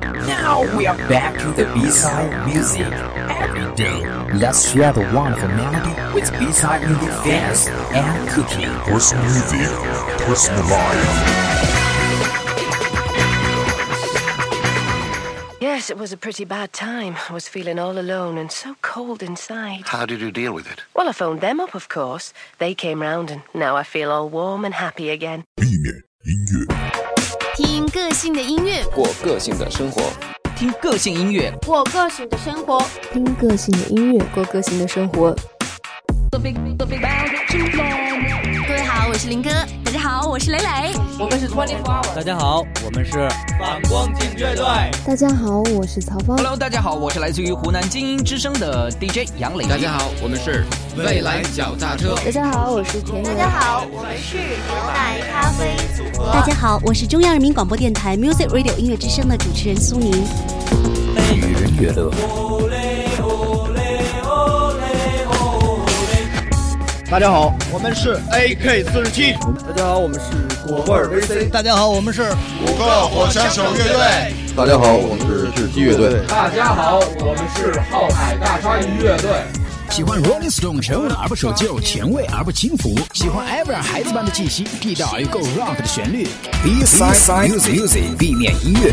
now we are back to the B-side music every day. Let's share the wonderful melody with B-side music fans and cooking. Puss Music, Puss Live. Yes, it was a pretty bad time. I was feeling all alone and so cold inside. How did you deal with it? Well, I phoned them up, of course. They came round, and now I feel all warm and happy again. 避免音乐，听个性的音乐，过个性的生活。听个性音乐，过个性的生活。听个性的音乐，过个性的生活。各位好，我是林哥。大家好，我是蕾蕾。大家好，我们是反光镜乐队。大家好，我是曹芳。 Hello，大家好，我是来自于湖南精英之声的 DJ 杨磊。大家好，我们是未来脚踏车。大家好，我是田园。好，我们是牛奶咖啡组合。大家好，我是中央人民广播电台 Music Radio 音乐之声的主持人苏宁。女人乐乐，大家好，我们是 AK 四十七。大家好，我们是果味儿 VC。大家好，我们是五个火枪手乐队，大家好，我们是智击乐队。大家好，我们是浩海大鲨鱼乐队。喜欢 Rolling Stone 沉稳而不守旧，前卫而不轻浮；喜欢 Ever 孩子般的气息，地道而又够 rock 的旋律。B-side music，避免音乐。